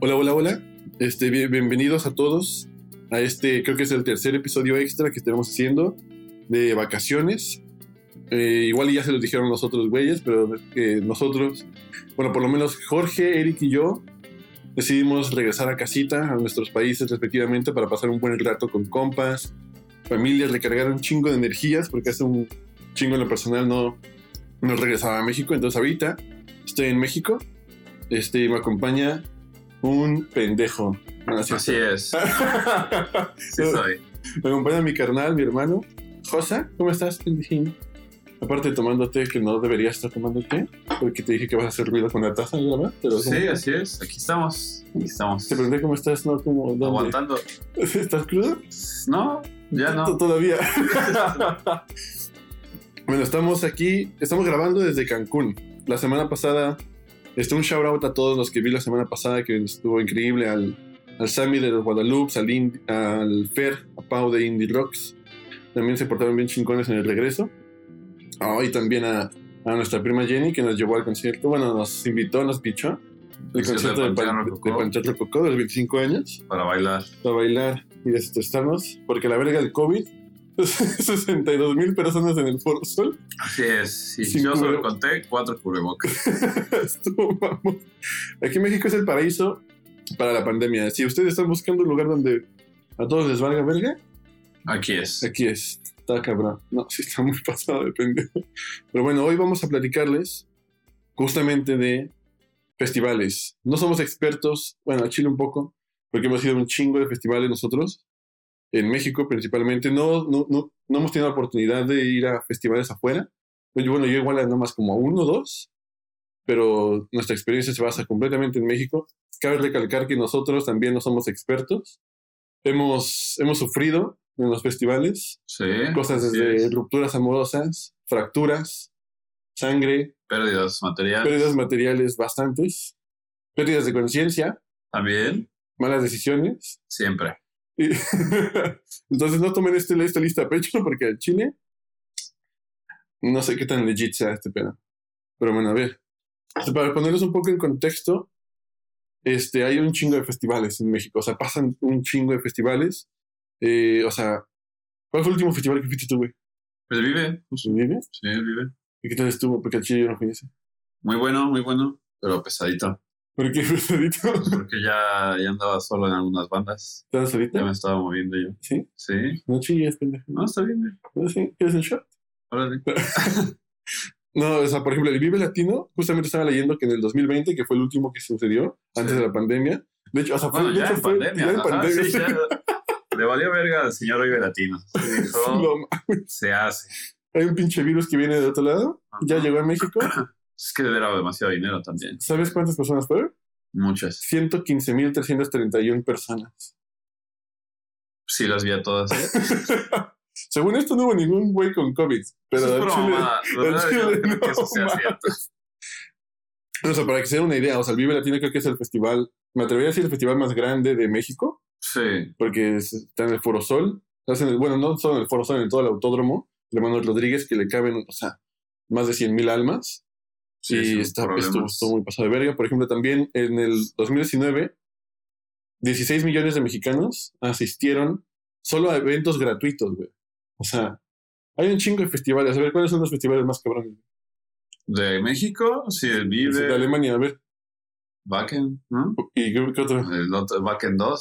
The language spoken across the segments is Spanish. Hola, hola, hola. Este, bien- bienvenidos a todos a este, creo que es el tercer episodio extra que estaremos haciendo de vacaciones. Eh, igual y ya se los dijeron los otros güeyes, pero eh, nosotros, bueno, por lo menos Jorge, Eric y yo decidimos regresar a casita, a nuestros países respectivamente, para pasar un buen rato con compas, familias, recargar un chingo de energías, porque hace un chingo en lo personal no, no regresaba a México. Entonces ahorita estoy en México, este, me acompaña un pendejo. Así Así es, sí soy. Me acompaña mi carnal, mi hermano. Josa, ¿cómo estás, pendejín? Aparte de tomando té, que no debería estar tomando té, porque te dije que vas a hacer ruido con la taza, ¿verdad? Pero Sí, así es, aquí estamos, aquí estamos. Te pregunté cómo estás, ¿no? ¿Cómo, dónde? Aguantando. ¿Estás crudo? No, ya T- no. Todavía. bueno, estamos aquí, estamos grabando desde Cancún. La semana pasada, este, un shout out a todos los que vi la semana pasada, que estuvo increíble, al, al Sammy de los Guadalupe, al, Ind- al Fer, a Pau de Indie Rocks. También se portaron bien chingones en el regreso. Ah, y también a, a nuestra prima Jenny, que nos llevó al concierto. Bueno, nos invitó, nos pichó. El Concierto Pues de concierto de, Panteón Pan- Rococó. de Panteón Rococó de los 25 años Para bailar. a bailar y desestresarnos, porque la verga del COVID, 62 mil personas en el Foro Sol, Así es, sí, Sin yo solo cubre- conté cuatro cubrebocas. estuvo mamón. Aquí México es el paraíso para la pandemia. Si ustedes están buscando un lugar donde a todos les valga verga, Aquí es. aquí es. Está cabrón. No, sí está muy pasado de pendejo. Pero bueno, hoy vamos a platicarles justamente de festivales. No somos expertos, bueno, a Chile un poco, porque hemos ido a un chingo de festivales nosotros, en México principalmente. No, no, no, no hemos tenido la oportunidad de ir a festivales afuera. Pues, Bueno, yo igual nada más como a uno o dos, pero nuestra experiencia se basa completamente en México. Cabe recalcar que nosotros también no somos expertos. Hemos, hemos sufrido en los festivales Sí. cosas así desde es. rupturas amorosas, fracturas, sangre, Pérdidas materiales. pérdidas materiales bastantes, pérdidas de conciencia, También, malas decisiones. siempre. Y Entonces no tomen este, esta lista a pecho porque al Chile no sé qué tan legit sea este pedo. Pero bueno, a ver. este, Para ponerlos un poco en contexto, este, hay un chingo de festivales en México. O sea, pasan un chingo de festivales. Eh, o sea, ¿cuál fue el último festival que fuiste tú, güey? Pues vive, ¿Vive? sí, vive. ¿Y qué tal estuvo? Porque al Chile yo no fui a ese. Muy bueno, muy bueno, pero pesadito. ¿Por qué, Fernandito? Pues porque ya, ya andaba solo en algunas bandas. ¿Estás Ya solita? me estaba moviendo yo. ¿Sí? Sí. No chilles, pendejo. Pues No, está bien, güey. No sé, ¿quieres el shot? Órale. No, o sea, por ejemplo, el Vive Latino, justamente estaba leyendo que en el 2020, que fue el último que sucedió antes Sí. de la pandemia, de hecho, o sea, fue, Bueno, de ya hecho, en fue- pandemia. ya en ajá, pandemia, sí, sí. ya. Le valió verga al señor Vive Latino. Sí, dijo, Lo ma- se hace. hay un pinche virus que viene de otro lado, ya Ajá. llegó a México. Es que era demasiado dinero también. ¿Sabes cuántas personas fueron? Muchas. 115.331 personas. Sí, las vi a todas. Eso Según esto, no hubo ningún güey con COVID, pero es al pura chile- mamada. La verdad, al yo chile no creo que eso no, sea mames. cierto. o sea, para que se den una idea, o sea, el Vive Latino creo que es el festival, me atrevería a decir el festival más grande de México. Sí, porque es- está en el Foro Sol. Hacen el- bueno, no solo en el Foro Sol, en todo el autódromo. El hermano Rodríguez, que le caben, o sea, más de 100.000 almas. sí. y sin está, problemas. estuvo, estuvo muy pasado de verga. Por ejemplo, también en el 2019, 16 millones de mexicanos asistieron solo a eventos gratuitos, güey. O sea, hay un chingo de festivales. A ver, ¿cuáles son los festivales más cabrones? De México, sí, el Vive, De Alemania, a ver. Bakken, ¿no? ¿Y qué, qué otro? El otro, Bakken 2.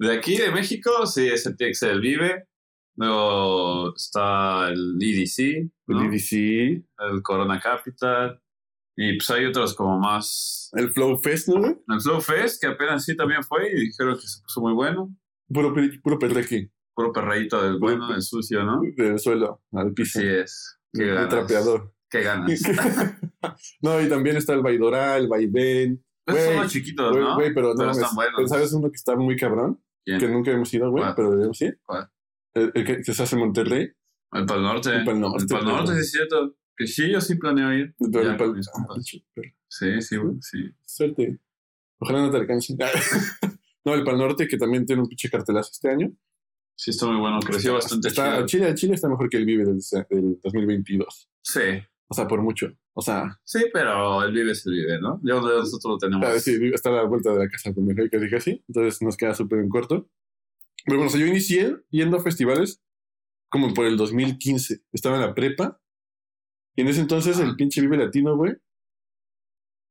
De aquí, de México, sí, es el TX, el Vive. Luego está el EDC, ¿no? El EDC, el Corona Capital. Y pues hay otros como más. el Flow Fest, ¿no, güey? El Flow Fest, que apenas sí también fue y dijeron que se puso muy bueno. Puro, pe- puro perreque, Puro perreíto del bueno, del sucio, ¿no? del suelo al piso. Sí es. Qué el ganas. trapeador. Qué ganas. no, y también está el Vaidorá, el Vaivén. Esos Güey, son los chiquitos, Güey, ¿no? güey, pero, no Pero están mames. buenos. Pero ¿Sabes uno que está muy cabrón? ¿Quién? Que nunca hemos ido, güey, ¿Cuál? pero deberíamos ir. ¿Cuál? El, el que, que se hace en Monterrey. El Pal Norte. El Pal Norte, El Pal Norte, sí güey. es cierto. Que sí, yo sí planeo ir. Pero Ya, el pal- mis compas. Ah, pinche perro. Sí, sí, güey, sí. Suerte. Ojalá no te alcancen. no, el Pal Norte, que también tiene un pinche cartelazo este año. Sí, está muy bueno. Creció bastante está, chido. Chile, Chile está mejor que el Vive del, del 2022. Sí. O sea, por mucho. O sea, Sí, pero el vive es el vive, ¿no? Yo, nosotros lo tenemos. está, Ah, sí, está a la vuelta de la casa con que dije así. Entonces nos queda súper en corto. Pero bueno, o sea, yo inicié yendo a festivales como por el 2015. Estaba en la prepa. Y en ese entonces el pinche Vive Latino, güey.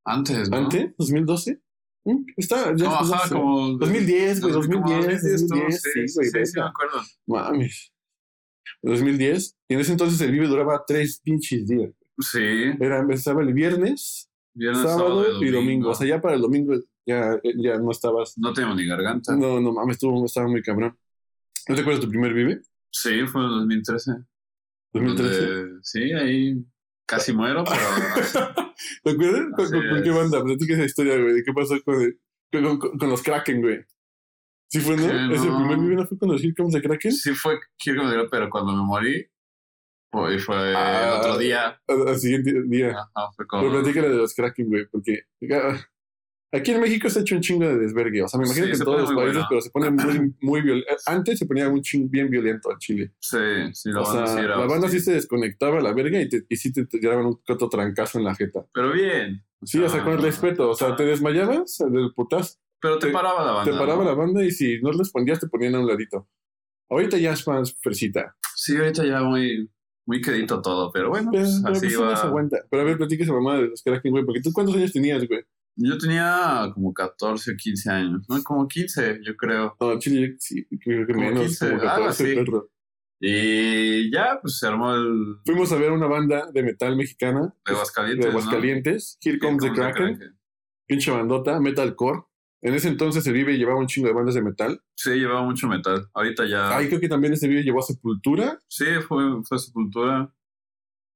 Antes, ¿no? ¿Antes? ¿2012? Mm, Está, ya No, está, ajá, sí. como... 2010, güey, 2010, 2010, 2010, sí, sí, sí, güey, sí, sí, venga. me acuerdo. Mames. 2010. Y en ese entonces el Vive duraba tres pinches días. Sí, Era, empezaba el viernes, viernes, sábado, y domingo. O sea, ya para el domingo ya, ya no estabas. No tengo ni garganta. No, no mames, estuvo, estaba muy cabrón. ¿No te acuerdas tu primer Vive? Sí, fue en 2013. 2013. Donde- sí, ahí casi muero, pero... ¿Te acuerdas? ¿Con, Así con- con qué es. banda? Platica esa historia, güey. ¿De qué pasó con, el- con, con- con los Kraken, güey? Sí fue, ¿no? Que ¿Ese no. primer Vive no fue con los Hirkums de Kraken? sí fue quiero que me diga, pero cuando me morí, fue, fue el Ah. otro día. Al, al siguiente día. Ajá, fue Pero como... platícale de los Kraken, güey, porque ah, aquí en México se ha hecho un chingo de desvergue. O sea, me imagino Sí, que en se todos pone los muy países, bueno. pero se pone muy, muy violento. Antes se ponía un ching bien violento al Chile. Sí, sí, la o sea, banda sí era... la banda sí hostil. se desconectaba a la verga y, te, y sí te, te tiraban un coto trancazo en la jeta. Pero bien. Sí, o sea, con Ah, respeto. O sea, te desmayabas del putazo, Pero te Te- paraba la banda. te paraba ¿no? la banda y si no respondías te ponían a un ladito. Ahorita ya es más fresita. Sí, ahorita ya muy, muy quedito todo, pero bueno, Pero, pues, pero así pues, sí, no se va. aguanta. Pero a ver, platica esa mamá de los Kraken, güey, porque tú cuántos años tenías, güey. Yo tenía como 14 o 15 años, ¿no? Como 15, yo creo. No, al Chile, yo sí, creo que Como ah, menos, 15, como algo 14, así. perro. Y ya, pues se armó el de Fuimos a ver una banda de metal mexicana este, Aguascalientes. de Aguascalientes, Here ¿no? Comes the Here comes the Kraken, Kraken. pinche bandota, metalcore. En ese entonces el Vive llevaba un chingo de bandas de metal. Sí, llevaba mucho metal. Ahorita ya. Ahí creo que también ese Vive llevó a Sepultura Sí, fue, fue Sepultura.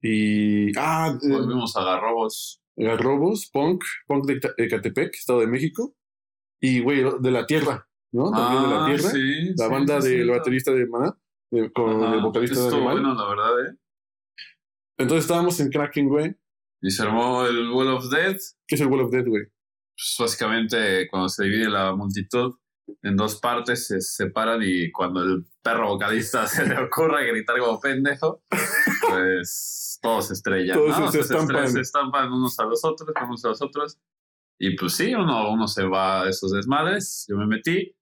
y. Ah, eh, Volvimos a Garrobos. a Robos, Punk, Punk de Ca- de Catepec, Estado de México. Y, güey, de la Tierra, ¿no? También de la Ah, Tierra. sí, La sí, banda sí, del sí. baterista de Maná, de- con Ajá. el vocalista de Estuvo Alemán. bueno, la verdad, ¿eh? Entonces estábamos en Kraken, güey, Y se armó el Wall of Death. que es el Wall of Death, güey. pues, básicamente cuando se divide la multitud en dos partes, se separan y cuando el perro vocalista se le ocurre gritar como pendejo, pues todos se estrellan, Todos ¿no? se O sea, estre- estampan. se estampan unos a los otros, unos a los otros. Y pues sí, uno, uno se va a esos desmadres, yo me metí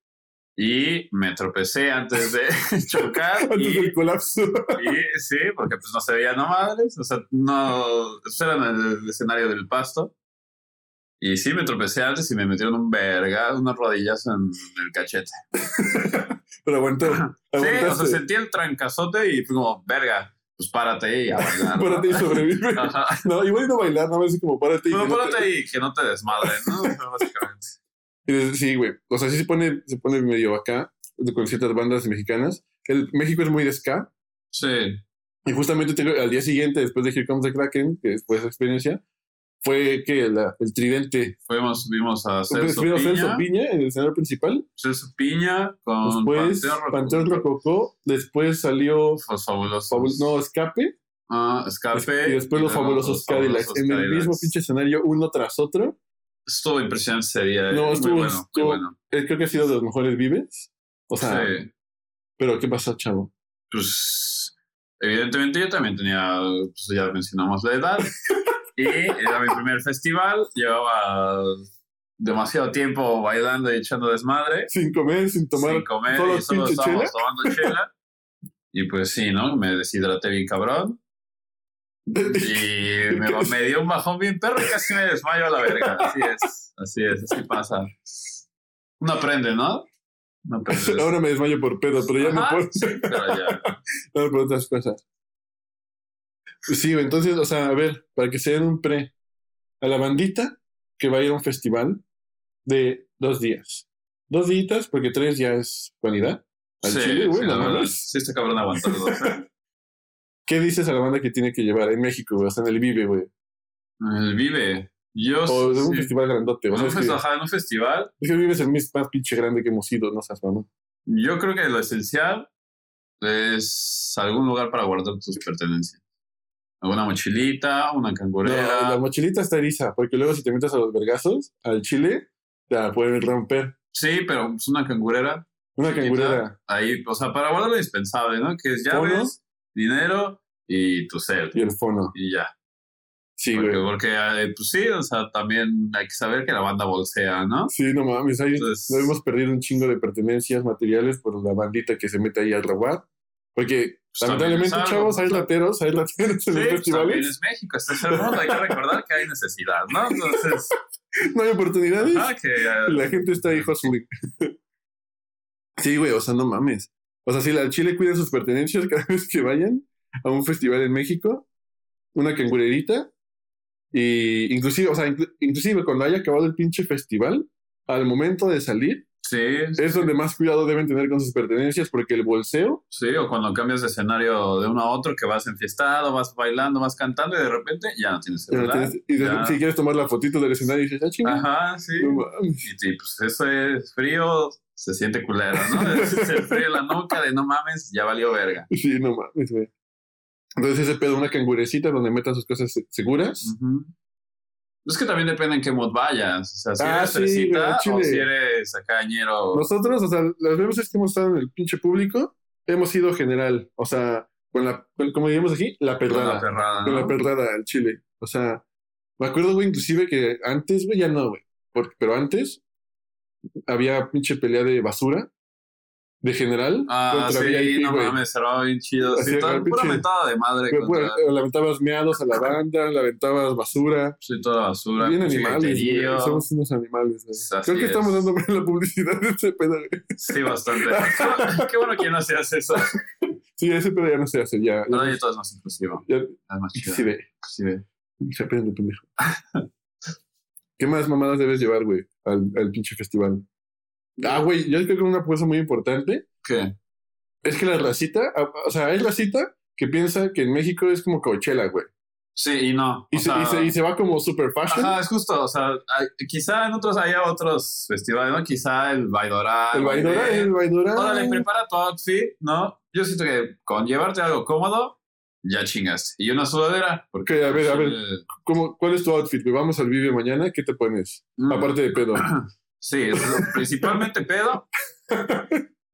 y me tropecé antes de chocar. Antes y- del colapso. y sí, porque pues no se veían no madres, o sea, no, pues, era en el, escenario del pasto. Y sí, me tropecé antes y me metieron un verga, unos rodillas en el cachete. Pero aguantó. Sí, o aguantaste. sea, sentí el trancazote y fui como, verga, pues párate y a bailar. ¿no?". Párate y sobrevive. Ajá. No, igual no bailar, nada más así como párate y. Bueno, que no te- párate y que no te desmadren, ¿no? O sea, Básicamente. y dices, Sí, güey. O sea, sí se pone, se pone medio acá con ciertas bandas mexicanas. El México es muy de ska. Sí, Y justamente tengo- al día siguiente, después de Here Comes the Kraken, que fue esa experiencia, fue que la- el tridente. pues, fuimos, vimos a Entonces, Celso vino Celso Piña, Piña en el escenario principal. Celso Piña con Después, Panteón Panteón Rococó. Después salió Rococó, fabulosos. Fabul- no, Escape. Ah, Escape. y después los luego fabulosos los Cadillacs. Fabulosos En el mismo Cadillacs. pinche escenario, uno tras otro. Estuvo impresionante ese día. eh. No, Muy estuvo- bueno, estuvo- muy bueno. Eh, Creo que ha sido de los mejores vives. O sea, Sí, pero ¿qué pasa, chavo? pues, evidentemente yo también tenía, pues ya mencionamos la edad. y era mi primer festival. Llevaba demasiado tiempo bailando y echando desmadre. Sin comer, sin tomar. sin comer solo y solo pinche estábamos tomando chela. Y pues sí, ¿no? Me deshidraté bien cabrón. Y me, me dio un bajón bien perro y casi me desmayo a la verga. Así es, así es, así pasa. Uno aprende, ¿no? Uno aprende. Ahora me desmayo por pedo, pero ya me Ajá, puedo sí, pero ya. no, por otras cosas. Sí, güey, entonces, o sea, a ver, para que se den un pre. A la bandita que va a ir a un festival de dos días. Dos días, porque tres ya es vanidad. Al Sí, chile, güey, sí, no la verdad. mames. Sí, está cabrón aguantando. o sea. ¿Qué dices a la banda que tiene que llevar en México, güey? O sea, en el Vive, güey. El Vive. Yo O en sí, un festival grandote. en O sea, un es, festi- que, ajá, en un festival, es que el Vive es el mis- más pinche grande que hemos ido, no seas mamón. yo creo que lo esencial es algún lugar para guardar tus pertenencias. Alguna mochilita, una No, cangurera. la mochilita está eriza, porque luego si te metes a los vergazos, al chile, te la pueden romper. Sí, pero es una cangurera. Una Chiquita. cangurera. Ahí, o sea, para guardar lo indispensable, ¿no? Que es Fono llaves, dinero y tu cel. y el fono. Y ya. Sí, porque, güey. porque, eh, pues sí, o sea, también hay que saber que la banda bolsea, ¿no? Sí, no mames. Ahí Entonces- no hemos perdido un chingo de pertenencias materiales por la bandita que se mete ahí al robar. Porque, Pues también es lamentablemente, algo. chavos, hay lateros, hay lateros en Sí, los pues también festivales. es México, este es el mundo, hay que recordar que hay necesidad, ¿no? Entonces, No hay oportunidades. ajá, que, eh, La gente está ahí hustling. Sí, güey, o sea, no mames. O sea, si la Chile cuida sus pertenencias cada vez que vayan a un festival en México, una cangurerita, y inclusive, o sea, inclu- inclusive cuando haya acabado el pinche festival, al momento de salir, sí, es donde más cuidado deben tener con sus pertenencias, porque el bolseo, sí, o cuando cambias de escenario de uno a otro, que vas enfiestado, vas bailando, vas cantando y de repente ya no tienes ya lo celular. tienes- y de- Ya. si quieres tomar la fotito del escenario, dices, ah, chinga, Ajá, sí. no mames". Y, y, pues eso es frío, se siente culero, ¿no? Es el frío en la nuca de no mames, ya valió verga. Sí, no mames, güey. Entonces ese pedo, una cangurecita donde metan sus cosas se- seguras. Ujú. Es que también depende en qué mood vayas. O sea, si Ah, eres sí, fresita güey, o chile. si eres acá ñero. Nosotros, o sea, las veces que hemos estado en el pinche público, hemos sido general, o sea, con la, con- como diríamos aquí, la con la perrada. perrada, Con ¿no? la perrada al chile. O sea, me acuerdo, güey, inclusive que antes, güey, ya no, güey. porque- Pero antes había pinche pelea de basura, de general, Ah, contra sí, VIP, no güey. mames, cerraba bien chido. Así Sí, de todo, golpe, pura sí. mentada de madre. Pero, contra, güey, Lamentabas meados a la banda, lamentabas basura. sí, toda la basura. Bien pinche animales, güey. griterío. Somos unos animales, güey. Así Creo que es. estamos dando mal la publicidad de ese pedo, güey. Sí, bastante. Qué bueno que ya no seas eso. Sí, ese pedo ya no se hace, ya. Ahora ya todo es más inclusivo. ya- Es más chido. sí, ve. inclusive. Se aprende, pendejo. ¿Qué más mamadas debes llevar, güey, al, al pinche festival? Ah, güey, yo creo que una cosa muy importante ¿Qué? es que la racita, ah, o sea, hay racita que piensa que en México es como Coachella, güey. Sí, y no. Y, o se, sea, y, se, y se va como super fashion. Ajá, es justo, o sea, hay- quizá en otros haya otros festivales, ¿no? Quizá el Baidora. el baidora es el baidora. eh, Órale, prepara tu outfit, ¿no? Yo siento que con llevarte algo cómodo, ya chingaste. Y una sudadera, porque... Ok, a ver, a ver. eh, ¿Cómo- ¿Cuál es tu outfit, güey? Vamos al vídeo mañana, ¿qué te pones? mm, Aparte de pedo. Sí, es- principalmente pedo.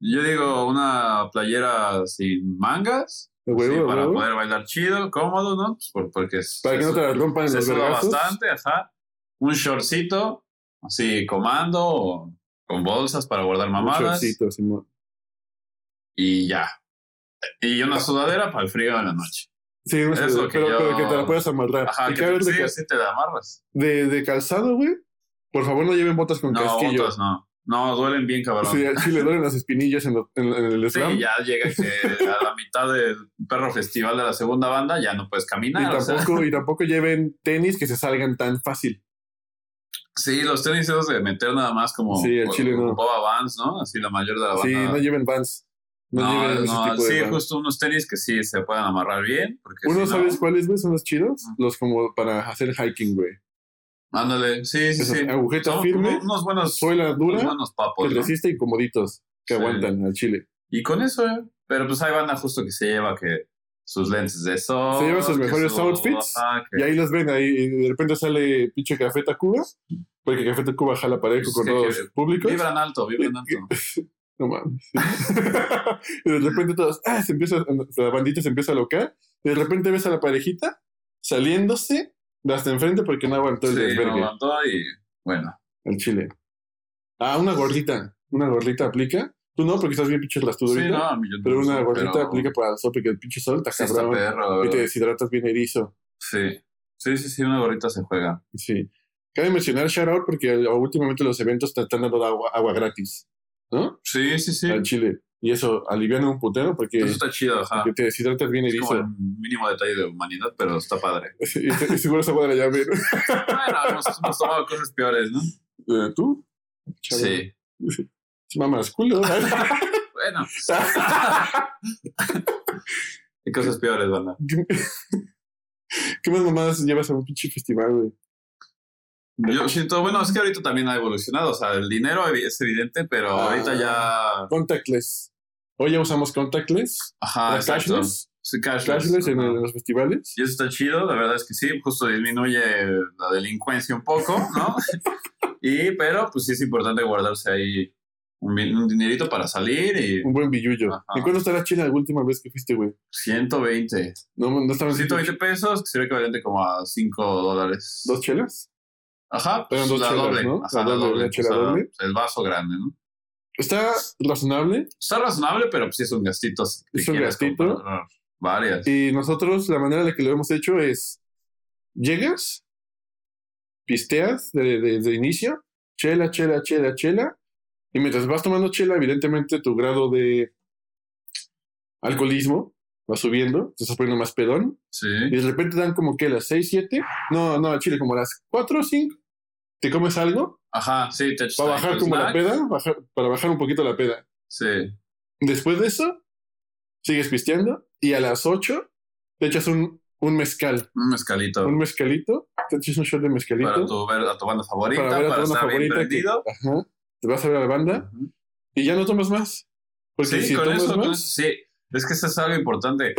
Yo digo una playera sin mangas, ¿De sí, huevo, de para huevo? poder bailar chido, cómodo, ¿no? Pues por- porque es- Para que no te la rompan en se los suda vergazos. bastante, ajá. Un shortcito, así comando, o con bolsas para guardar Un mamadas shortcito, Simón. y ya. Y Ah. una sudadera para el frío en la noche. Sí, no sé, Es lo que pero, yo- pero que te la puedas amarrar. Ajá, y que cabe te, de sí, que- sí te la amarras. de, de calzado, güey, por favor no lleven botas con No, casquillo. otras no. No, duelen bien, cabrón. Sí, al chile duelen las espinillas en, lo- en- en el Sí, slam. ya llega que a la mitad del perro festival de la segunda banda ya no puedes y, caminar. o sea, tampoco, y tampoco lleven tenis que se salgan tan fácil. sí, los tenis esos de meter nada más como Sí, el o- chile no. ocupaba Vans, ¿no? Así la mayor de la Sí, no banda. lleven vans. No, no, lleven ese no, tipo de sí, vans. justo unos tenis que sí se puedan amarrar bien. Porque Uno, si no- ¿sabes cuáles, güey? Son los chidos. Ujú. Los como para hacer hiking, güey. Ándale, sí, sí, Esos sí. agujetas Son firmes, como unos buenos, Suela unos dura, buenos que papos, Pues, ¿no? resiste y comoditos, que Sí. aguantan al chile. Y con eso, eh, pero pues hay banda justo que se lleva que sus lentes de sol. Se lleva sus que mejores su- outfits, ajá, que- Y ahí los ven, ahí y de repente sale pinche Café Tacuba, porque Café Tacuba jala parejo Pues con que- todos los públicos. Vibran alto, vibran alto. No mames. y de repente todos, ah, se empieza, la bandita se empieza a locar. Y de repente ves a la parejita saliéndose de hasta enfrente porque no aguantó el Sí, no desvergue aguantó y bueno. al chile. Ah, una gordita. Una gordita aplica. Tú no, porque estás bien pinche Sí, rastudorita. no, a mí yo no Pero sé, una gordita pero aplica para el sol porque el pinche sol está sí está cabrón. perro, la y te verdad. deshidratas bien erizo. Sí. sí, sí, sí, una gorrita se juega. Sí. Cabe mencionar shout out porque el- últimamente los eventos te están dando agua, agua gratis, ¿no? Sí, sí, sí. Al chile. Y eso aliviana un putero porque Eso está chido, ajá. que te deshidratas bien Es erizo. como el mínimo detalle de humanidad, pero está padre. Sí, y se- y seguro esa madre ya ven. Bueno, hemos, hemos tomado cosas peores, ¿no? Eh, ¿Tú? Chavo. Sí. Mamas, culo. Bueno. y cosas peores, banda. ¿Qué más mamadas llevas a un pinche festival, güey? Yo siento, bueno, es que ahorita también ha evolucionado, o sea, el dinero evi- es evidente, pero Ah. ahorita ya... Contactless. Hoy ya usamos contactless. Ajá, ¿Era Ah, exacto. cashless? Sí, cashless. Cashless en, ajá. en los festivales. Y eso está chido, la verdad es que sí, justo disminuye la delincuencia un poco, ¿no? y, pero pues sí es importante guardarse ahí un, bi- un dinerito para salir y Un buen billullo. Ajá. ¿En cuánto estará China la última vez que fuiste, güey? 120. No, no estaban 120 pesos, que sería equivalente como a 5 dólares. dos chelas. Ajá, pues Eran dos la chelas, doble. ¿no? Ajá, La la doble, doble. la o chela sea, pues, doble. El vaso grande, ¿no? Está razonable. Está razonable, pero pues sí es un gastito. si te Es un quieres gastito. comprar Varias. Y nosotros, la manera en la que lo hemos hecho es: llegas, pisteas de- de- desde inicio, chela, chela, chela, chela. Y mientras vas tomando chela, evidentemente tu grado de alcoholismo va subiendo, te estás poniendo más pedón. Sí. Y de repente dan como que las 6, 7. No, no, al Chile, como a las 4 o 5. Te comes algo Ajá, sí, te echas para ahí bajar tu como la snack. peda, bajar- para bajar un poquito la peda. Sí. Después de eso, sigues pisteando y a las 8 te echas un, un mezcal, Un mezcalito. un mezcalito, te echas un shot de para mezcalito tu, ver a tu banda favorita, para, para ver a tu banda estar bien favorita. que- prendido. ajá, te vas a ver a la banda Ujú. y ya no tomas más. Porque Sí, si con tomas eso, con más, eso, sí. Es que eso es algo importante.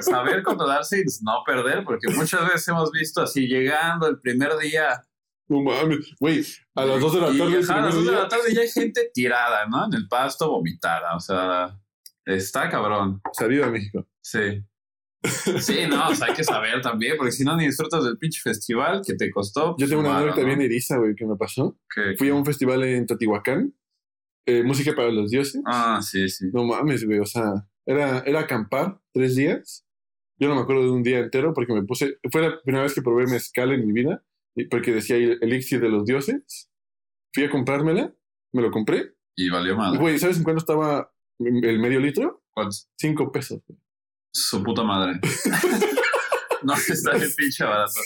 Saber controlarse y no perder, porque muchas veces hemos visto así llegando el primer día. no mames, güey, a las 2 de la y, tarde, el ajá, a primer las dos de día, la tarde ya hay gente tirada, ¿no? En el pasto, vomitada. O sea, está cabrón. salida a México. Sí. Sí, no, o sea, hay que saber también, porque si no, ni disfrutas del pinche festival que te costó. Yo tengo una varo, anécdota ¿no? bien eriza, güey, que me pasó. Que- fui a un festival en Teotihuacán, eh, música para los dioses. Ah, sí, sí. No mames, güey, o sea, era, era acampar tres días. Yo no me acuerdo de un día entero porque me puse, fue la primera vez que probé mezcal en mi vida, y- porque decía ahí elixir de los dioses. Fui a comprármela, me lo compré. Y valió Y, madre. Güey, ¿sabes en cuánto estaba el medio litro? ¿Cuánto? Cinco pesos. güey. Su puta madre. no, está bien pinche barato.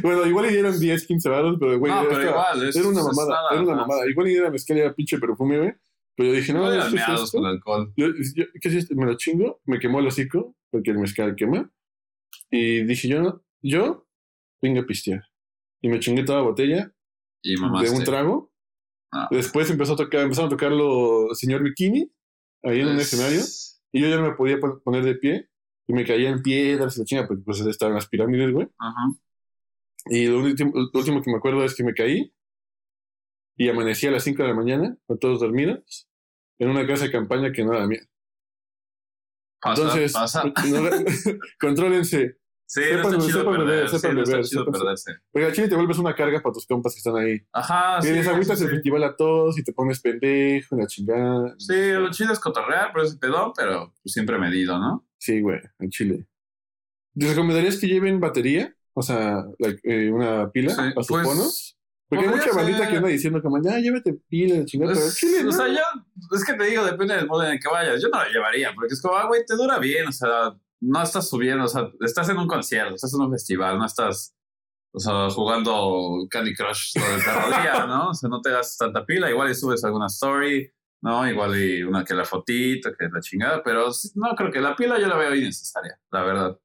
Bueno, igual y eran 10, 15 baros, pero güey, no, era, pero estaba- igual. Es, era una es mamada, nada, era una ajá. mamada. Igual y era mezcal y era pinche perfume, güey. Pero yo dije, no, No esto eran es meados pues. esto. con alcohol. yo, yo- ¿qué es esto? Me lo chingo, me quemó el hocico, porque el mezcal quema. Y dije, yo, no- yo vengo a pistear. Y me chingué toda la botella Y de un mamaste. trago. Ah. Después empezó a tocar, empezaron a tocar lo señor Bikini, ahí en un Es- escenario. Y yo ya no me podía pon- poner de pie. Y me caía en piedras y la chinga, porque pues estaban las pirámides, güey. Ajá. Y lo último, lo último que me acuerdo es que me caí. Y amanecí a las 5 de la mañana, con todos dormidos, en una casa de campaña que no era la mía. Pasa, Entonces, pasa. no- contrólense. Sí, sepan- no está chido sepan beber, perder. sí, sepan no está beber, chido sepan- perderse. Porque al chile te vuelves una carga para tus compas que están ahí. Ajá, Y Ah, sí. les agüitas sí, el sí. festival a todos y te pones pendejo, la chingada. Sí, lo chido es cotorrear, pero es pedón, pero pues, siempre medido, ¿no? Sí, güey, al chile. ¿Les recomendarías que lleven batería? O sea, like, eh, una pila Sí, a sus pues, bonos. Porque hay podría mucha bandita ser. que anda diciendo como, ya, llévate pila, la chingada. Pero al chile, Es- ¿no? Pues, O sea, yo, es que te digo, depende del modo en el que vayas. Yo no la llevaría, porque es como, ah, güey, te dura bien, o sea, no estás subiendo, o sea, estás en un concierto, estás en un festival, no estás, o sea, jugando Candy Crush todo el perro día, ¿no? O sea, no te das tanta pila, igual y subes alguna story, ¿no? Igual y una que la fotito, que la chingada, pero sí, no, creo que la pila yo la veo innecesaria, la verdad.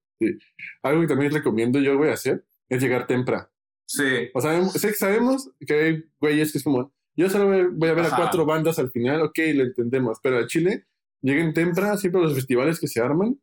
Algo que también recomiendo yo, güey, hacer es llegar temprano. Sí, O sea, em, sé que sabemos que hay güeyes que es como, yo solo voy- voy a ver Ajá. a cuatro bandas al final, ok, lo entendemos, pero a Chile lleguen temprano siempre a los festivales que se arman,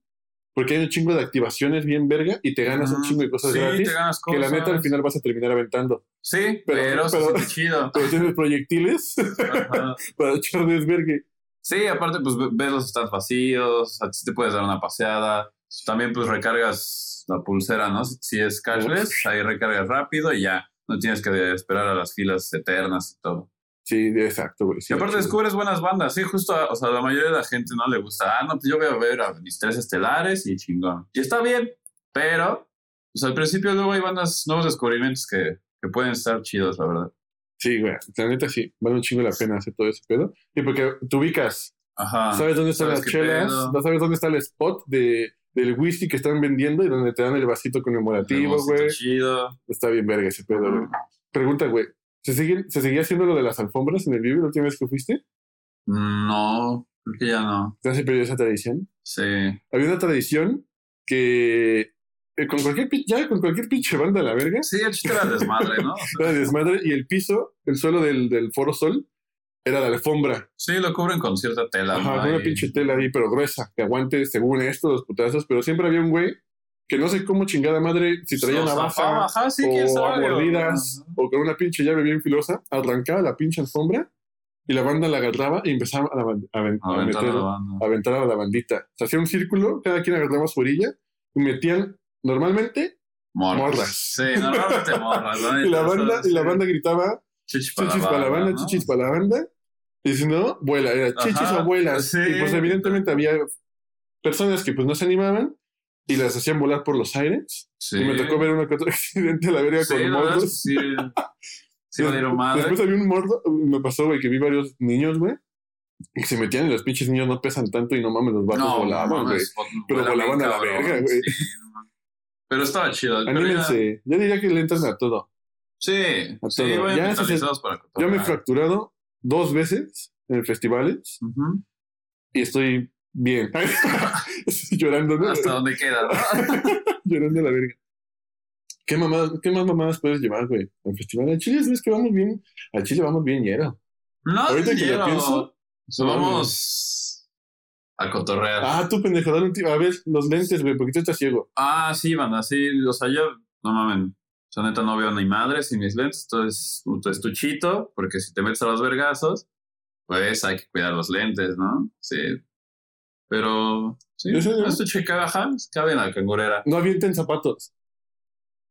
porque hay un chingo de activaciones bien verga y te ganas un Ujú. chingo de cosas Mm, sí, gratis, te ganas que cosas. la neta al final vas a terminar aventando. Sí, pero- pero, se pero- siente chido. Pero tienes proyectiles Ajá. para echar desvergue. Sí, aparte, pues ve- ves los stands vacíos, a ti te puedes dar una paseada. También, pues recargas la pulsera, ¿no? Si- Si es cashless, ahí recargas rápido y ya. No tienes que esperar a las filas eternas y todo. Sí, exacto, güey. sí, y aparte, chido. descubres buenas bandas. Sí, justo, o sea, la mayoría de la gente no le gusta. Ah, no, pues yo voy a ver a mis tres estelares y chingón. Y está bien, pero, pues al principio luego hay bandas, nuevos descubrimientos que, que pueden estar chidos, la verdad. Sí, güey. La neta sí, vale un chingo la pena hacer todo ese pedo. Y porque te ubicas, Ajá. sabes dónde están Ah, sabes las qué chelas, pedo. no sabes dónde está el spot de, del whisky que están vendiendo y donde te dan el vasito conmemorativo, Rebocito güey. Chido. Está bien verga ese pedo, güey. Pregunta, güey. ¿Se, sigue, ¿Se seguía haciendo lo de las alfombras en el Vive la última vez que fuiste? No, creo que ya no. ¿Ya se perdió esa tradición? Sí. Había una tradición que eh, con cualquier pin- ya con cualquier pinche banda a la verga, Sí, el chiste era desmadre, ¿no? O sea, era desmadre y el piso, el suelo del, del Foro Sol, era la alfombra. sí, lo cubren con cierta tela. Ajá, ¿no? con una Ahí. pinche tela ahí, pero gruesa, que aguante según esto los putazos, pero siempre había un güey que no sé cómo chingada madre, si traía O una sea, baja Ajá, sí, quién o a sabe. o- mordidas Ajá. o con una pinche llave bien filosa, arrancaba la pinche alfombra y la banda la agarraba y empezaba a, la ban- a ben- a Aventar meter- la banda. a aventar a la bandita. Se hacía un círculo, cada quien agarraba su orilla y metían normalmente Morras. Morras. Sí, normalmente morras. ¿no? y la Entonces, banda, y la sí. banda gritaba Chichis para chichis para la banda, ¿no? chichis para la banda. Y si no, vuela, era Ajá, chichis o vuelas. sí. Y pues evidentemente había personas que pues no se animaban y las hacían volar por los aires. Sí. Y me tocó ver una que otro accidente a la verga Sí, con la verdad es que mordos. sí. Sí, valieron madre. Después había un mordo, me pasó, güey, que vi varios niños, güey, que se metían y los pinches niños no pesan tanto y no mames, los vatos volaban, güey. mames, pues, vol- Pero volaban volaban a la cabrón, verga, güey. sí, no mames. Pero estaba chido. pero ya- Anímense, yo diría que le entran a todo. Sí, A sí, todo. bueno, Ya, mentalizados para Yo me he cotorrear. fracturado dos veces en festivales Ujú. y estoy bien. Estoy llorando, ¿no? Hasta donde queda, ¿no? Llorando a la verga. ¿Qué, mamadas, ¿Qué más mamadas puedes llevar, güey? Al festival. A Chile, ¿sabes que vamos bien? A Chile vamos bien, ñero. No, Ahorita que quiero. lo pienso. O sea, vamos a cotorrear. Ah, Ah, tú, pendejo, dale un tiro. A ver, los lentes, güey, porque tú estás ciego. Ah, sí, banda, sí. O sea, yo, no mames. O sea, neta, no veo ni madre sin mis lentes. Entonces, tu estuchito, porque si te metes a los vergazos, pues hay que cuidar los lentes, ¿no? Sí. Pero, sí, Yo sé, un ¿no? estuche cabe, ajá, cabe en la cangurera. No avienten zapatos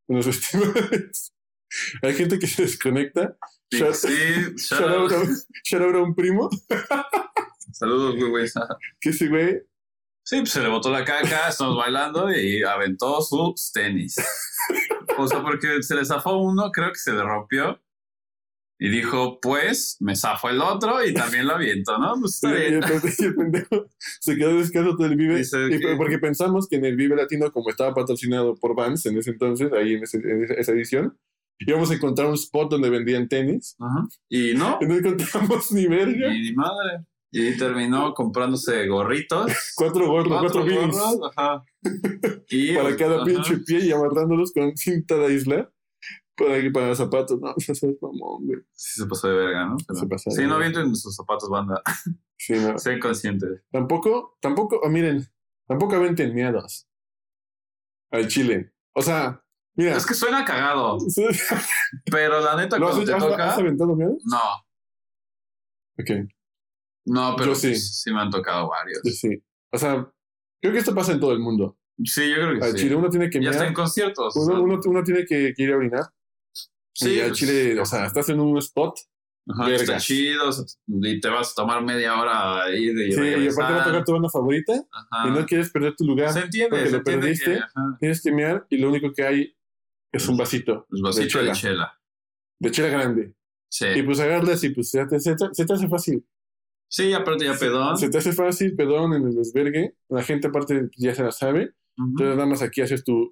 en los festivales. Hay gente que se desconecta. Sí, Shout- sí, shout shout out. out a- shout out a un primo Saludos, güey, güey. esa- que ese güey Sí, pues se le botó la caca, estamos bailando y aventó sus tenis. O sea, porque se le zafó uno, creo que se le rompió. Y dijo, pues, me zafó el otro y también lo aviento, ¿no? Pues Y está y bien. entonces el pendejo se quedó descalzo todo el Vive. Dice y que- Porque pensamos que en el Vive Latino, como estaba patrocinado por Vans en ese entonces, ahí en, ese- en esa- esa edición, íbamos a encontrar un spot donde vendían tenis. Ajá. Y no, Y no encontramos ni y verga. ni madre. Y terminó comprándose gorritos. Cuatro gorros, cuatro, bilis gorros, ajá. Y, para cada ajá. pinche pie y amarrándolos con cinta de isla para, que- para zapatos. No, eso es mamón, güey. Sí, se pasó de verga, ¿no? Pero- Se pasó de Ah, sí, no verga. avienten sus zapatos, banda. Sí, no. Sean conscientes. Tampoco, tampoco, ah, miren, tampoco aventen miedos al chile. O sea, mira. Es que suena cagado, pero la neta, ¿Lo has, cuando te has- toca. has aventado miedo? No, Ok, No, pero Yo sí. sí. sí me han tocado varios. sí, sí. O sea, creo que esto pasa en todo el mundo. Sí, yo creo que Al sí. Chile uno tiene que ya está en mirar, conciertos. o sea, uno, uno- uno tiene que, que ir a orinar. sí, y al pues, Chile, o sea, estás en un spot. ajá, que está vergas. chido o sea, y te vas a tomar media hora a ir y Sí, y aparte va a tocar tu banda favorita Ajá. y no quieres perder tu lugar. se entiende, porque se lo entiende perdiste. que, ajá, Tienes que mirar y lo único que hay es un vasito los vasitos pues, de chela. chela. de chela grande. Sí. Y pues agarras y pues se te, se te- se te hace fácil. sí, aparte ya pedón. Se te hace fácil, perdón, en el desvergue. La gente aparte ya se la sabe. Ujú, Entonces nada más aquí haces tu...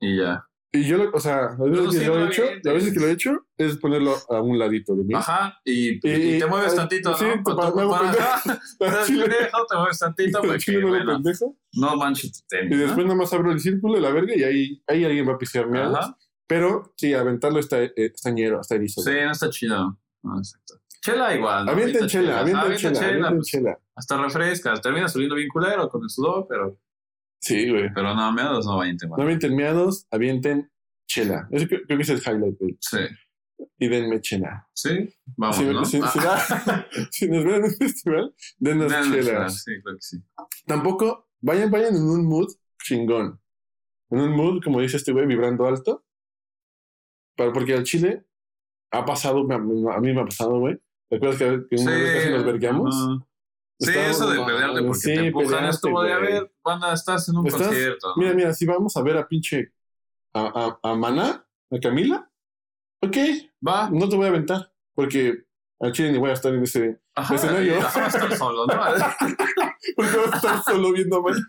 Y ya. Y yo, lo- o sea, las veces, No, que sí, lo no, he hecho, evidente. las veces que lo he hecho es ponerlo a un ladito de mí. Ajá, y, y Y- te mueves ay, tantito, sí, ¿no? te Con pa- tu- me hago para- pendejo. ajá, Al estás chile- pendejo, te mueves tantito al chile porque, me hago bueno, pendejo. no manches tu tenis, Y después nada más abro el círculo de la verga y ahí, ahí alguien va a pisear ¿no? mierdas. Ajá. Pero sí, aventarlo está, eh, está ñero, está erizo. Sí, no está chido. No, exacto. Chela igual. ¿no? Avienten Ahorita chela, Ajá, avienten avienta chela, avienten pues, chela. hasta refrescas. Termina saliendo bien culero con el sudor, pero, Sí, güey. pero no, meados no vayan No temblando. avienten miados, avienten chela. Eso creo, creo que es el highlight, güey. Sí, Y denme chela. sí, vamos, si, ¿no? si- Ah, si va- si nos ven en un festival, dennos chelas. denle chela, Sí, creo que sí. Tampoco, vayan, vayan en un mood chingón. En un mood, como dice este güey, vibrando alto. Pero porque al chile ha pasado, me- me- a mí me ha pasado, güey. ¿Te acuerdas que, que Sí, una vez casi nos vergueamos? ajá. Sí, Estábamos- eso de pelearte porque sí, te empujan es peleaste, como de, a güey. ver, banda, estás en un Estás- concierto. ¿no? Mira, mira, si vamos a ver a pinche. A, a, a Maná, a Camila. Ok, Va, no te voy a aventar. Porque al chile ni voy a estar en ese. ajá, escenario. y ajá, vas a estar solo, ¿no? Porque voy a estar solo viendo a Maná.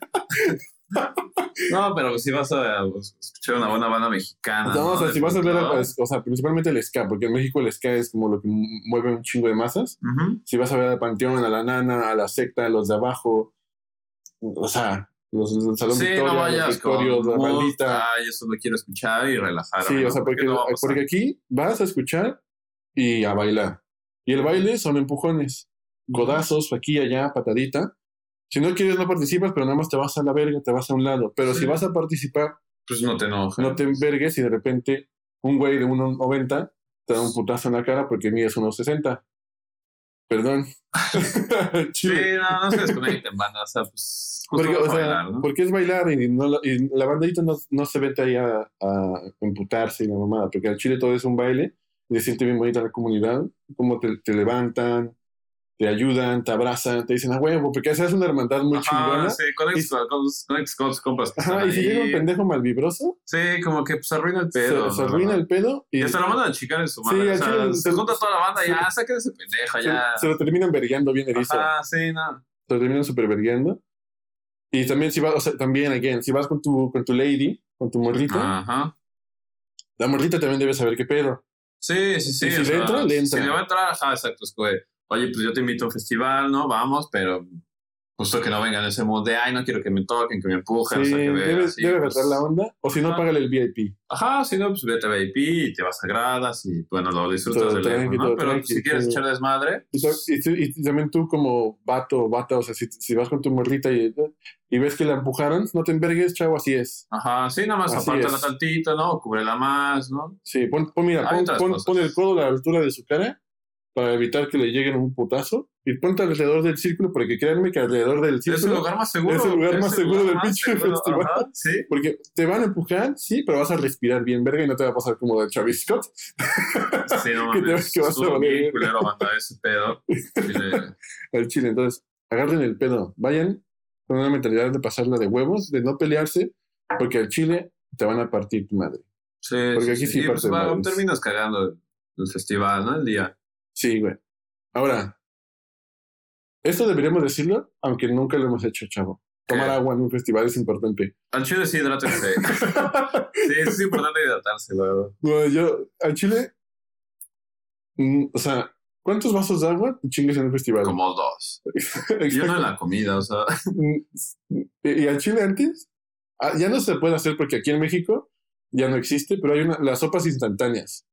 no, pero si vas a pues, escuchar una buena banda mexicana. No, o sea, De si vas a ver. a- folclore. o sea, principalmente el Ska. Porque en México el Ska es como lo que mueve un chingo de masas. Ujú. si vas a ver al panteón, a la nana, a la secta, a los de abajo, o sea, los, los salón Sí, Victoria, no los vayas con Victorios, la mood, bandita. Ay, eso lo quiero escuchar y relajar. Sí, o sea, porque, porque aquí vas a escuchar y a bailar. Y el baile son empujones, godazos, aquí, allá, patadita. Si no quieres, no participas, pero nada más te vas a la verga, te vas a un lado. Pero Sí. si vas a participar, Pues no te enojes. no te envergues y de repente un güey de 1,90 te da un putazo en la cara porque mides 1,60. Perdón. Sí, Chile. no, no se desconecten, banda. O sea, pues. justo Porque, o vamos a sea, bailar, ¿no? porque es bailar y, no la- y la bandita no, no se vete ahí a, a emputarse y la mamada, porque al Chile todo es un baile y se siente bien bonita la comunidad, como te, te levantan, te ayudan, te abrazan, te dicen a huevo, porque esa es una hermandad muy Ajá, chingona. sí, conectas con- con conectas con tus compas. que Ajá, están y si ahí. llega un pendejo malvibroso, Sí, como que pues arruina el se, pedo. se la arruina verdad. el pedo y Y hasta se, lo mandan a chicar en su Sí, madre. o al sea, chile se se- junta toda la banda, se- ya, saquen ese pendejo, ya. se lo terminan vergueando bien erizo. Ajá, sí, no. Se lo terminan super vergueando. Y también si vas, o sea, también, again, si vas con tu, con tu lady, con tu morrita, Ajá. la morrita también debe saber qué pedo. Sí, sí, sí. Y si o le sea, entra, le entra. Si le va a entrar, ajá, exacto. Es que, oye, pues yo te invito a un festival, ¿no? Vamos, pero justo que no vengan ese mood de, ay, no quiero que me toquen, que me empujen. Sí, o sea, que me- debe, así, debe pues, agarrar la onda. O si no, ajá. págale el VIP. Ajá, si no, pues vete a VIP y te vas a gradas y, bueno, lo disfrutas Todo de lejos, tranqui, ¿no? todo Pero pues, tranqui, si quieres sí. echar desmadre, Y, ta- y tú- y también tú como vato o vata, o sea, si, si vas con tu morrita y, y ves que la empujaron, no te envergues, chavo, así es. ajá, sí, nada más Así apártala es. tantito, ¿no? Cúbrela más, ¿no? Sí, pon, pon- mira, Hay pon, otras pon- cosas. pon el codo a la altura de su cara para evitar que le lleguen un putazo y ponte alrededor del círculo, porque créanme que alrededor del es el círculo, lugar más seguro. es el lugar más seguro del más pinche seguro, festival. ajá, sí. porque te van a empujar, sí, pero vas a respirar bien, verga, y no te va a pasar como de Travis Scott. Sí, no Que te- mames. que vas a estuvo bien valer. culero banda ese pedo. Sí, de- al chile. Entonces, agarren el pedo, vayan con una mentalidad de pasarla de huevos, de no pelearse, porque al chile te van a partir tu madre. Sí, Porque aquí sí y, pues, parte va, madres. terminas cagando el- el festival, ¿no? El día. Sí, güey. Ahora, esto deberíamos decirlo, aunque nunca lo hemos hecho, chavo. Tomar ¿Qué? agua en un festival es importante. Al chile sí, hidrátense. sí, es importante hidratarse, la verdad. Güey, yo, al chile, mm, o sea, ¿cuántos vasos de agua te chingas en un festival? Como dos. Y Exacto. uno en la comida, o sea. Mm, y al chile antes, ah, ya no se puede hacer porque aquí en México ya no existe, pero hay una, las sopas instantáneas.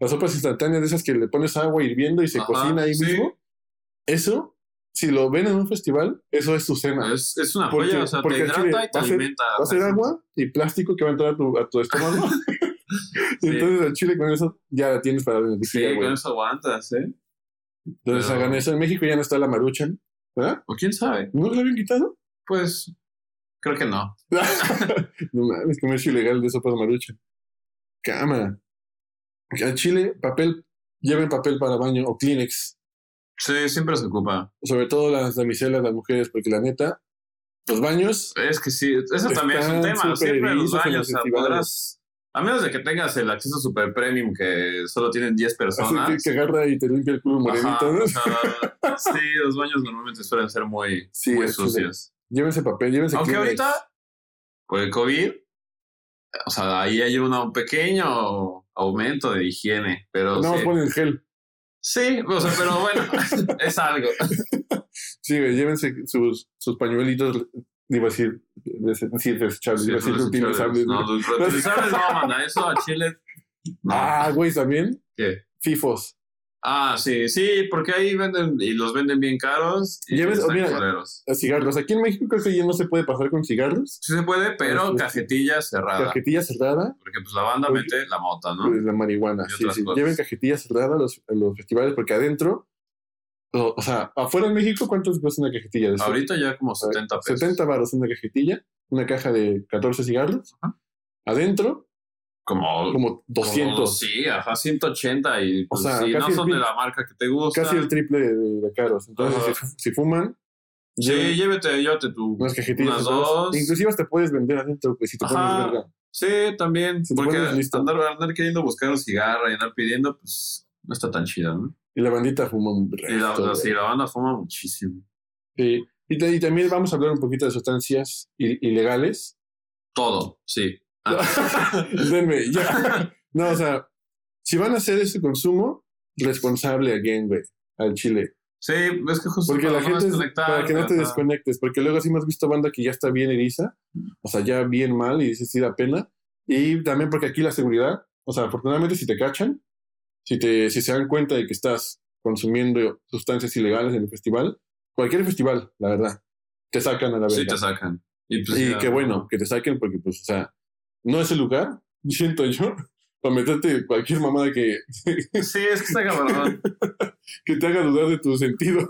Las sopas instantáneas de esas que le pones agua hirviendo y se Ajá, cocina ahí sí. mismo. Eso, si lo ven en un festival, eso es tu cena. Es, es una Porque- joya, o sea, te porque al chile hidrata y te va a ser- alimenta. Va a ser agua y plástico que va a entrar a tu, a tu estómago. Sí. Entonces al chile con eso ya la tienes para la Sí, energía, güey. con eso aguantas, ¿eh? Entonces pero- hagan eso. En México ya no está la maruchan, ¿verdad? O quién sabe. ¿No la habían quitado? Pues, creo que no. no mames, comercio ilegal de sopas marucha. Cámara. Al Chile, papel, lleven papel para baño o Kleenex. Sí, siempre se ocupa. Sobre todo las damiselas, las mujeres, porque la neta, los baños, Es que sí, eso también es un Están tema. súper Siempre en los erizos en baños, los o sea, festivales. podrás. A menos de que tengas el acceso super premium que solo tienen 10 así personas. que, que agarra y te limpia el culo morenito. Ajá, ¿no? o sea, sí, los baños normalmente suelen ser muy, Sí, muy eso sí. sucios. Llévense papel, llévense Aunque Kleenex. ahorita, por el COVID, o sea, ahí hay una- un pequeño aumento de higiene, pero No, sí. ponen gel. Sí, o sea, pero bueno, es algo. Sí, güey, llévense sus, sus pañuelitos, digo así, des- sí, desechables, Sí, iba a decir no, reutilizables. no, los reutilizables no, manda, eso a Chile. no. Ah, güey, también. ¿Qué? Fifos. Ah, sí, sí, porque ahí venden y los venden bien caros y Lleves- están mira. culeros. Cigarros. Aquí en México creo que ya no se puede pasar con cigarros. Sí se puede, pero Sí, sí. cajetilla cerrada. Cajetilla cerrada. Porque pues la banda Oye. mete la mota, ¿no? Pues la marihuana. Y Sí, otras sí. cosas. Lleven cajetillas cerradas a los, a los festivales porque adentro, o, o sea, afuera en México, ¿cuántos cuesta una cajetilla? De Ahorita ya como 70 pesos. 70 baros una cajetilla, una caja de 14 cigarros. Ajá. Adentro, Como, como 200. como- sí, ajá, 180 y pues, sea, si no casi el son de mil- la marca que te gusta. casi el triple de, de caros. Entonces, Ajá. si, si fuman, Sí, lleven llévete, llévate tu. unas cajetillas. unas cerradas. dos. Inclusive hasta puedes vender adentro, pues si te Ajá. pones verga. Sí, también. Si te porque pones listo. andar, andar queriendo buscar un cigarro y andar pidiendo, pues no está tan chido, ¿no? Y la bandita fuma un Y la, resto, la- güey. sí, la banda fuma muchísimo. Sí. Y, ta- y también vamos a hablar un poquito de sustancias i- ilegales. Todo, sí. Ah, Denme, ya. No, o sea, si van a hacer ese consumo, responsable again, güey, al chile. Sí, es que justo Porque para la no gente, es- desconectar, para que no te ajá. desconectes, porque luego sí hemos visto banda que ya está bien eriza, o sea, ya bien mal y dices, sí da pena. Y también porque aquí la seguridad, o sea, afortunadamente si te cachan, si, te, si se dan cuenta de que estás consumiendo sustancias ilegales en el festival, cualquier festival, la verdad, te sacan a la verga. Sí, te sacan. Y, pues, Y ya, qué bueno que te saquen porque, pues, o sea, no es el lugar, siento yo, para meterte cualquier mamada que... Sí, es que está cabrón. que te haga dudar de tu sentido.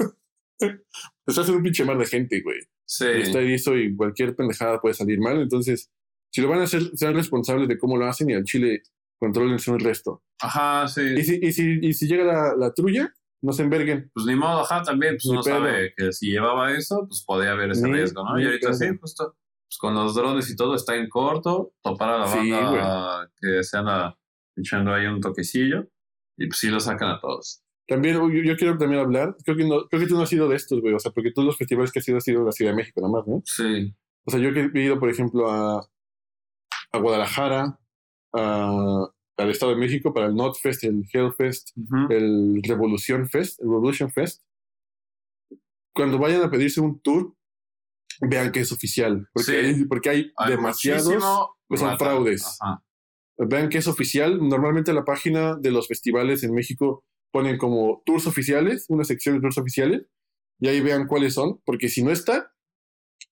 Estás en un pinche mar de gente, güey. Sí. Y Está erizo y cualquier pendejada puede salir mal. Entonces, si lo van a hacer, sean responsables de cómo lo hacen y al chile controlen el resto. Ajá, sí. Y si, y si, y si llega la, la trulla, no se enverguen. Pues ni modo, ajá, también, pues Ni uno pedo. sabe que si llevaba eso, pues podía haber ese Ni- riesgo, ¿no? Y ni ahorita pedo. sí, justo. Pues con los drones y todo está en corto, topar a la Sí, banda que se anda echando ahí un toquecillo, y pues sí lo sacan a todos. También, uy, yo, yo quiero también hablar. Creo que, no, creo que tú no has sido de estos, güey. O sea, porque todos los festivales que has ido, has sido la Ciudad de México, nada más, ¿no? Sí. O sea, yo que he ido, por ejemplo, a, a Guadalajara, a- al Estado de México, para el Notfest, el Hellfest, Ujú. el Revolution Fest, el Revolution Fest. Cuando vayan a pedirse un tour, vean que es oficial. Porque Sí. hay, porque hay, Hay demasiados. muchísimo que son rata. fraudes. Ajá. Vean que es oficial. Normalmente la página de los festivales en México ponen como tours oficiales, una sección de tours oficiales, y ahí vean cuáles son, porque si no está,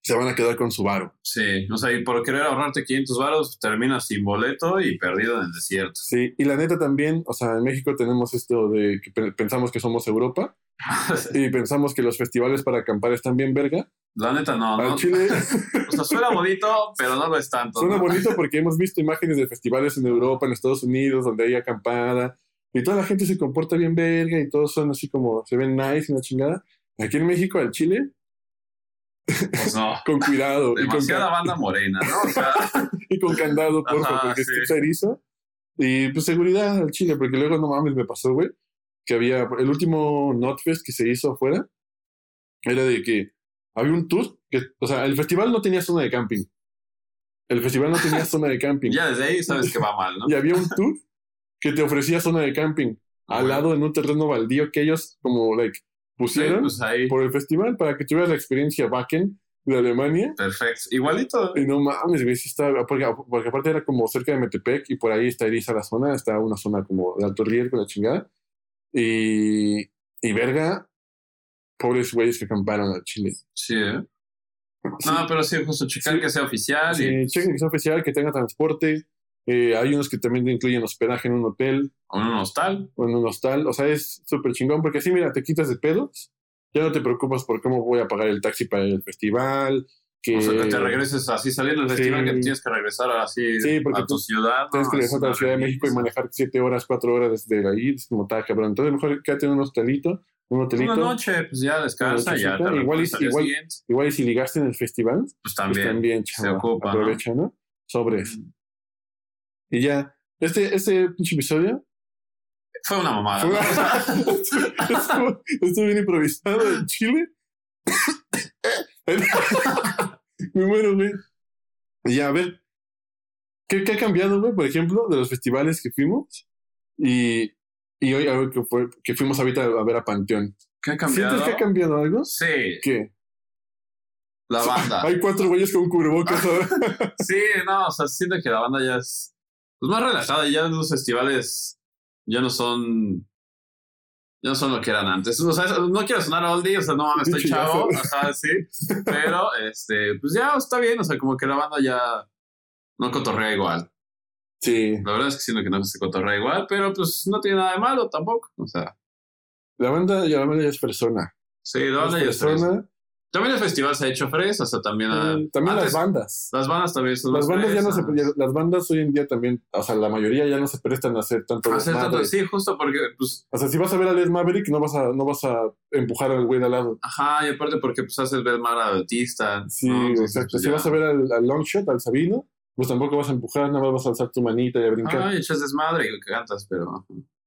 se van a quedar con su varo. Sí, o sea, y por querer ahorrarte 500 varos, terminas sin boleto y perdido en el desierto. Sí, y la neta también, o sea, en México tenemos esto de que pe- pensamos que somos Europa y pensamos que los festivales para acampar están bien verga. La neta, no, no. Al Chile O sea, suena bonito, pero no lo es tanto. suena ¿no? bonito porque hemos visto imágenes de festivales en Europa, en Estados Unidos, donde hay acampada y toda la gente se comporta bien verga y todos son así como, se ven nice y una chingada. Aquí en México, al Chile, Pues no. con cuidado y con, Demasiada ca- banda morena, ¿no? O sea, y con candado, porfa, Ajá, porque sí. esto se eriza. Y pues seguridad al chile, porque luego no mames, me pasó, güey, que había el último Notfest que se hizo afuera, era de que había un tour, que, o sea, el festival no tenía zona de camping. El festival no tenía zona de camping. ya desde ahí sabes que va mal, ¿no? Y había un tour que te ofrecía zona de camping al lado en un terreno baldío que ellos como like Sí, pusieron pues ahí, por el festival para que tuvieras la experiencia Backen de Alemania. perfecto. Igualito. ¿eh? Y no mames, güey, sí estaba- porque, porque aparte era como cerca de Metepec y por ahí está eriza la zona, está una zona como de alto riesgo, la chingada. Y, y verga, pobres güeyes que acamparon al Chile. Sí, ¿eh? Sí, No, pero sí, justo checar que sea oficial sí, y chequen que sea oficial, que tenga transporte. Eh, hay unos que también te incluyen hospedaje en un hotel. o en un hostal. o en un hostal. O sea, es súper chingón porque así, mira, te quitas de pedos. Ya no te preocupas por cómo voy a pagar el taxi para ir al festival. Que O sea, que te regreses así saliendo del Sí. festival que tienes que regresar así Sí, porque a tu tú ciudad. Tienes que ¿no? regresar a la Ah, Es Ciudad de una México y vergüenza. manejar siete horas, cuatro horas desde ahí. Es como tal, cabrón. Entonces, mejor quédate en un hostelito. Un hotelito. Una noche, pues ya descansa, ya te nochecita, igual y- recuperas al día igual- siguiente, Igual, y si ligaste en el festival, pues pues también. también, pues. chava, ocupa, ¿no? Aprovecha, ¿no? Sobres. Y ya. Este, este pinche episodio Fue una mamada. fue- Ah, ¿no? O sea, estuvo, estuvo bien improvisado en Chile. Me muero, güey. Y ya, a ver. ¿Qué, qué ha cambiado, güey? Por ejemplo, de los festivales que fuimos y, y hoy a ver, que, fue- que fuimos ahorita a ver a Panteón. ¿Qué ha ¿Sientes cambiado? que ha cambiado algo? Sí, ¿Qué? la banda. Hay cuatro güeyes con cubrebocas ahora. Sí, no, o sea, siento que la banda ya es pues, más relajada. Ya los festivales ya no son. Ya no son lo que eran antes. O sea, no quiero sonar oldie, o sea, no mames, estoy Pinche chavo. Ajá, sí. Pero, este, pues ya está bien, o sea, como que la banda ya no cotorrea igual. Sí. La verdad es que siento que no se cotorrea igual, pero pues no tiene nada de malo tampoco. O sea, La banda, ya, la banda ya es persona. sí, la banda Es ya está. bien. persona. También el festival se ha hecho fres, o sea, también. ah, Mm, También antes- las bandas. Las bandas también son Las más bandas ya no se, fresas. ya- las bandas hoy en día también, o sea, la mayoría ya no se prestan a hacer tanto Hacer tanto- desmadre. sí, justo porque, pues, O sea, si vas a ver a Led Maverick, no vas a, no vas a empujar al güey de al lado. ajá, y aparte porque pues haces ver mal al artista. Sí, ¿no? Entonces, exacto. pues, Si ya. vas a ver al, al Longshot, al Sabino, pues tampoco vas a empujar, nada más vas a alzar tu manita y a brincar. Ah, y echas desmadre y que cantas, pero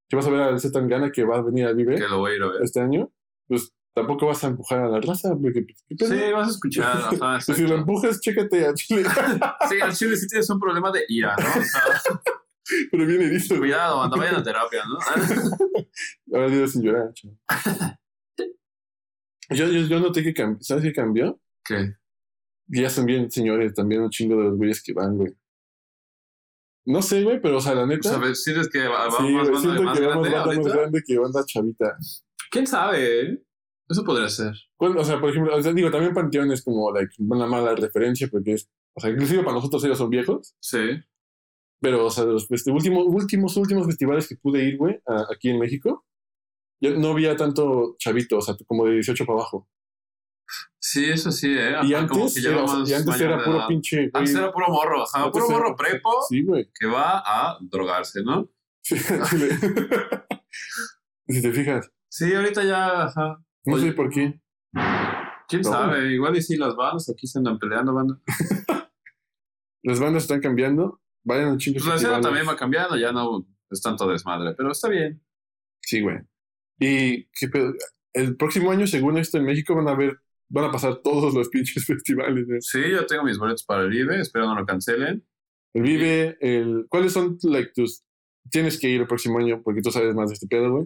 Si vas a ver al Zetangana que va a venir al Vive que lo voy a ir a ver. este año, pues tampoco vas a empujar a la raza, porque pues, ¿qué pedo? Sí, vas a escuchar, ajá, Y si lo exacto. empujas, chécate a Chile, Sí, al chile sí tienes un problema de ira, ¿no? O sea, pero bien erizo. güey. cuidado, anda, vayan a terapia, ¿no? Ahora digo sin llorar, chaval. Yo, yo, yo noté que cambió, ¿sabes qué cambió? ¿Qué? Y ya son bien señores, también un chingo de los güeyes que van, güey. No sé, güey, pero o sea, la O neta. sea, ¿ves- Pues, ¿sientes que va, va sí, más güey, banda de siento más que vamos banda grande más ahorita? grande que banda chavita. ¿Quién sabe? eh? Eso podría ser. Bueno, o sea, por ejemplo, o sea, digo, también Panteón es como like, una mala referencia porque es, o sea, inclusive para nosotros ellos son viejos, Sí. este, pero, o sea, de los festi- últimos, últimos, últimos festivales que pude ir, güey, a- aquí en México, ya no había tanto chavito, o sea, como de 18 para abajo. Sí, eso sí, ¿eh? Y Ajá, como antes, que ya era, más y antes mayor era de puro edad. pinche. güey. Antes era puro morro, ajá, Antes puro era- morro prepo Sí, güey. que va a drogarse, ¿no? Sí, Ah. si te fijas, Sí, ahorita ya, ajá. no Oye. sé por qué. ¿Quién No. sabe? Igual y si las bandas aquí se andan peleando, banda. Pues Las bandas están cambiando. Vayan a chingos. Pues la escena también va cambiando, ya no es tanto desmadre, pero está bien. Sí, güey. Y qué pedo. El próximo año, según esto, en México van a ver, van a pasar todos los pinches festivales. güey. Sí, yo tengo mis boletos para el IBE, espero no lo cancelen. El Vive, el. ¿Cuáles son like, tus. Tienes que ir el próximo año porque tú sabes más de este pedo, güey.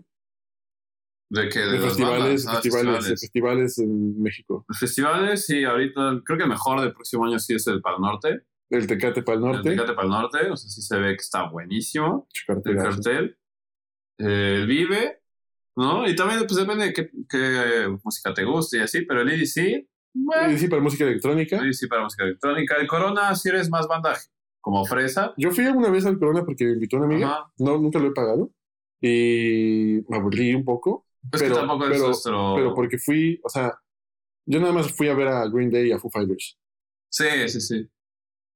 De que de De las festivales, bandas, ah, festivales, de festivales en México. Los festivales, sí, ahorita creo que el mejor del próximo año sí es el Pal Norte. El Tecate para el El norte. Tecate Pal Norte, o sea, sí se ve que está buenísimo. el Chucartera. cartel, eh, Vive, ¿no? Y también pues depende de qué, qué música te guste y así, pero el EDC, bueno, Y sí, para música electrónica. EDC para música electrónica. El Corona, si eres más banda como fresa, Yo fui alguna vez al Corona porque me invitó una amiga. ajá. No, nunca lo he pagado. Y me aburrí un poco. Pues Pero- que tampoco es pero- nuestro... Pero porque fui, o sea, yo nada más fui a ver a Green Day y a Foo Fighters. Sí, sí, sí.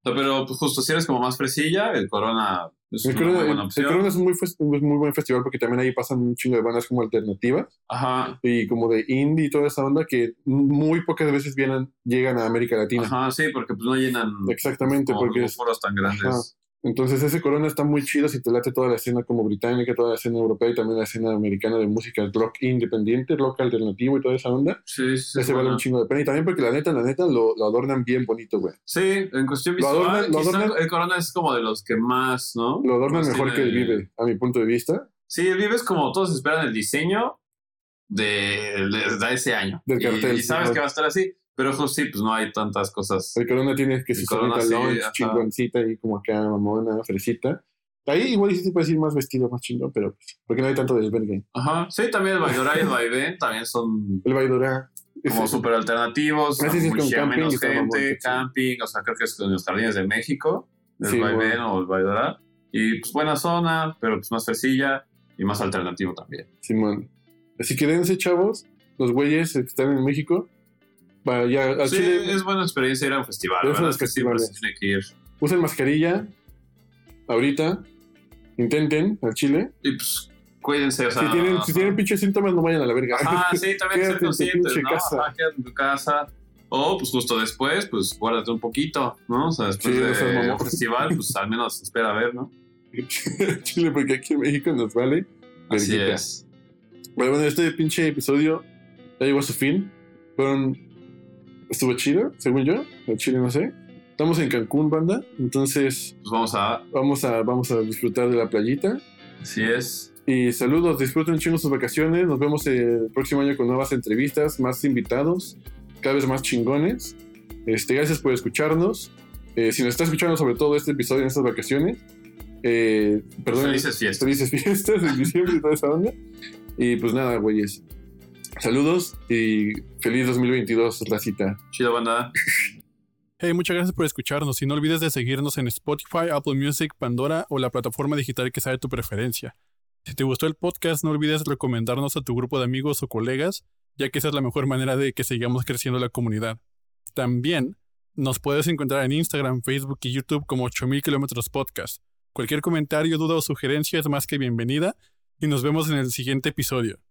No, pero pues, justo si eres como más fresilla, el Corona es El una muy Corona, buena el opción. Corona es un muy, fes- un muy buen festival porque también ahí pasan un chingo de bandas como alternativas Ajá, y como de indie y toda esa onda que muy pocas veces vienen, llegan a América Latina. ajá, sí, porque pues no llenan Exactamente, como porque es- foros tan grandes. Ajá. enentonces ese Corona está muy chido si te late toda la escena como británica, toda la escena europea y también la escena americana de música rock independiente, rock alternativo y toda esa onda. Sí, sí, Ese sí, vale bueno. un chingo de pena. Y también porque la neta, la neta, lo, lo adornan bien bonito, güey. Sí, en Lo cuestión visual, adornan- lo quizá adornan- el Corona es como de los que más, ¿no? Lo adornan Más mejor que tiene- el Vive, a mi punto de vista. Sí, el Vive es como todos esperan el diseño de, de- de ese año. Del Y- cartel, Y, sí, sabes ¿no? que va a estar así, pero justo sí, pues no hay tantas cosas. El Corona tiene que El ser Corona solita sí, lunch, ajá. chingoncita y como acá mamona, fresita. Ahí igual sí te puedes ir más vestido, más chingón, pero pues, porque no hay tanto desvergue. Ajá. Sí, también el Baidora y el Vaivén también son El Baidora. como es- súper alternativos, Ese sí es con mucha camping y menos todo, gente, mamón, sí. camping, o sea, creo que es de los jardines de México, el Sí, Vaivén bueno. o el Baidora. Y pues buena zona, pero pues más sencilla y más alternativo también. Simón. Así que dense, chavos, los güeyes que están en México. Para ya, al sí, Chile, es buena experiencia ir a un festival. Es La verdad un es que siempre se festival. tiene que ir. usen mascarilla. Ahorita. Intenten al Chile. Y pues, cuídense, o sea. si tienen, si ajá. tienen pinches síntomas, no vayan a la verga. Ah, sí, también hay que Quédate en ser tu conscientes, pinche ¿no? casa. Ajá, quédate en tu casa. O, pues, justo después, pues, guárdate un poquito, ¿no? O sea, después Sí, no del seas mamón. festival, pues, al menos espera a ver, ¿no? Chile, porque aquí en México nos vale. Así verguita. es. Bueno, bueno, este pinche episodio ya llegó a su fin. Fueron. Estuvo chido, según yo. El Chile no sé. Estamos en Cancún, banda. Entonces, Pues vamos a... vamos a, vamos a disfrutar de la playita. Así es. Y saludos, disfruten chingo sus vacaciones. Nos vemos el próximo año con nuevas entrevistas, más invitados, cada vez más chingones. Este, gracias por escucharnos. Eh, si nos está escuchando sobre todo este episodio en estas vacaciones, eh, perdón, Felices fiestas. felices fiestas en diciembre y toda esa onda. Y pues nada, güeyes. Saludos y feliz 2022, la cita. Chido, banda. Hey, muchas gracias por escucharnos y no olvides de seguirnos en Spotify, Apple Music, Pandora o la plataforma digital que sea de tu preferencia. Si te gustó el podcast, no olvides recomendarnos a tu grupo de amigos o colegas, ya que esa es la mejor manera de que sigamos creciendo la comunidad. También nos puedes encontrar en Instagram, Facebook y YouTube como 8000 kilómetros podcast. Cualquier comentario, duda o sugerencia es más que bienvenida y nos vemos en el siguiente episodio.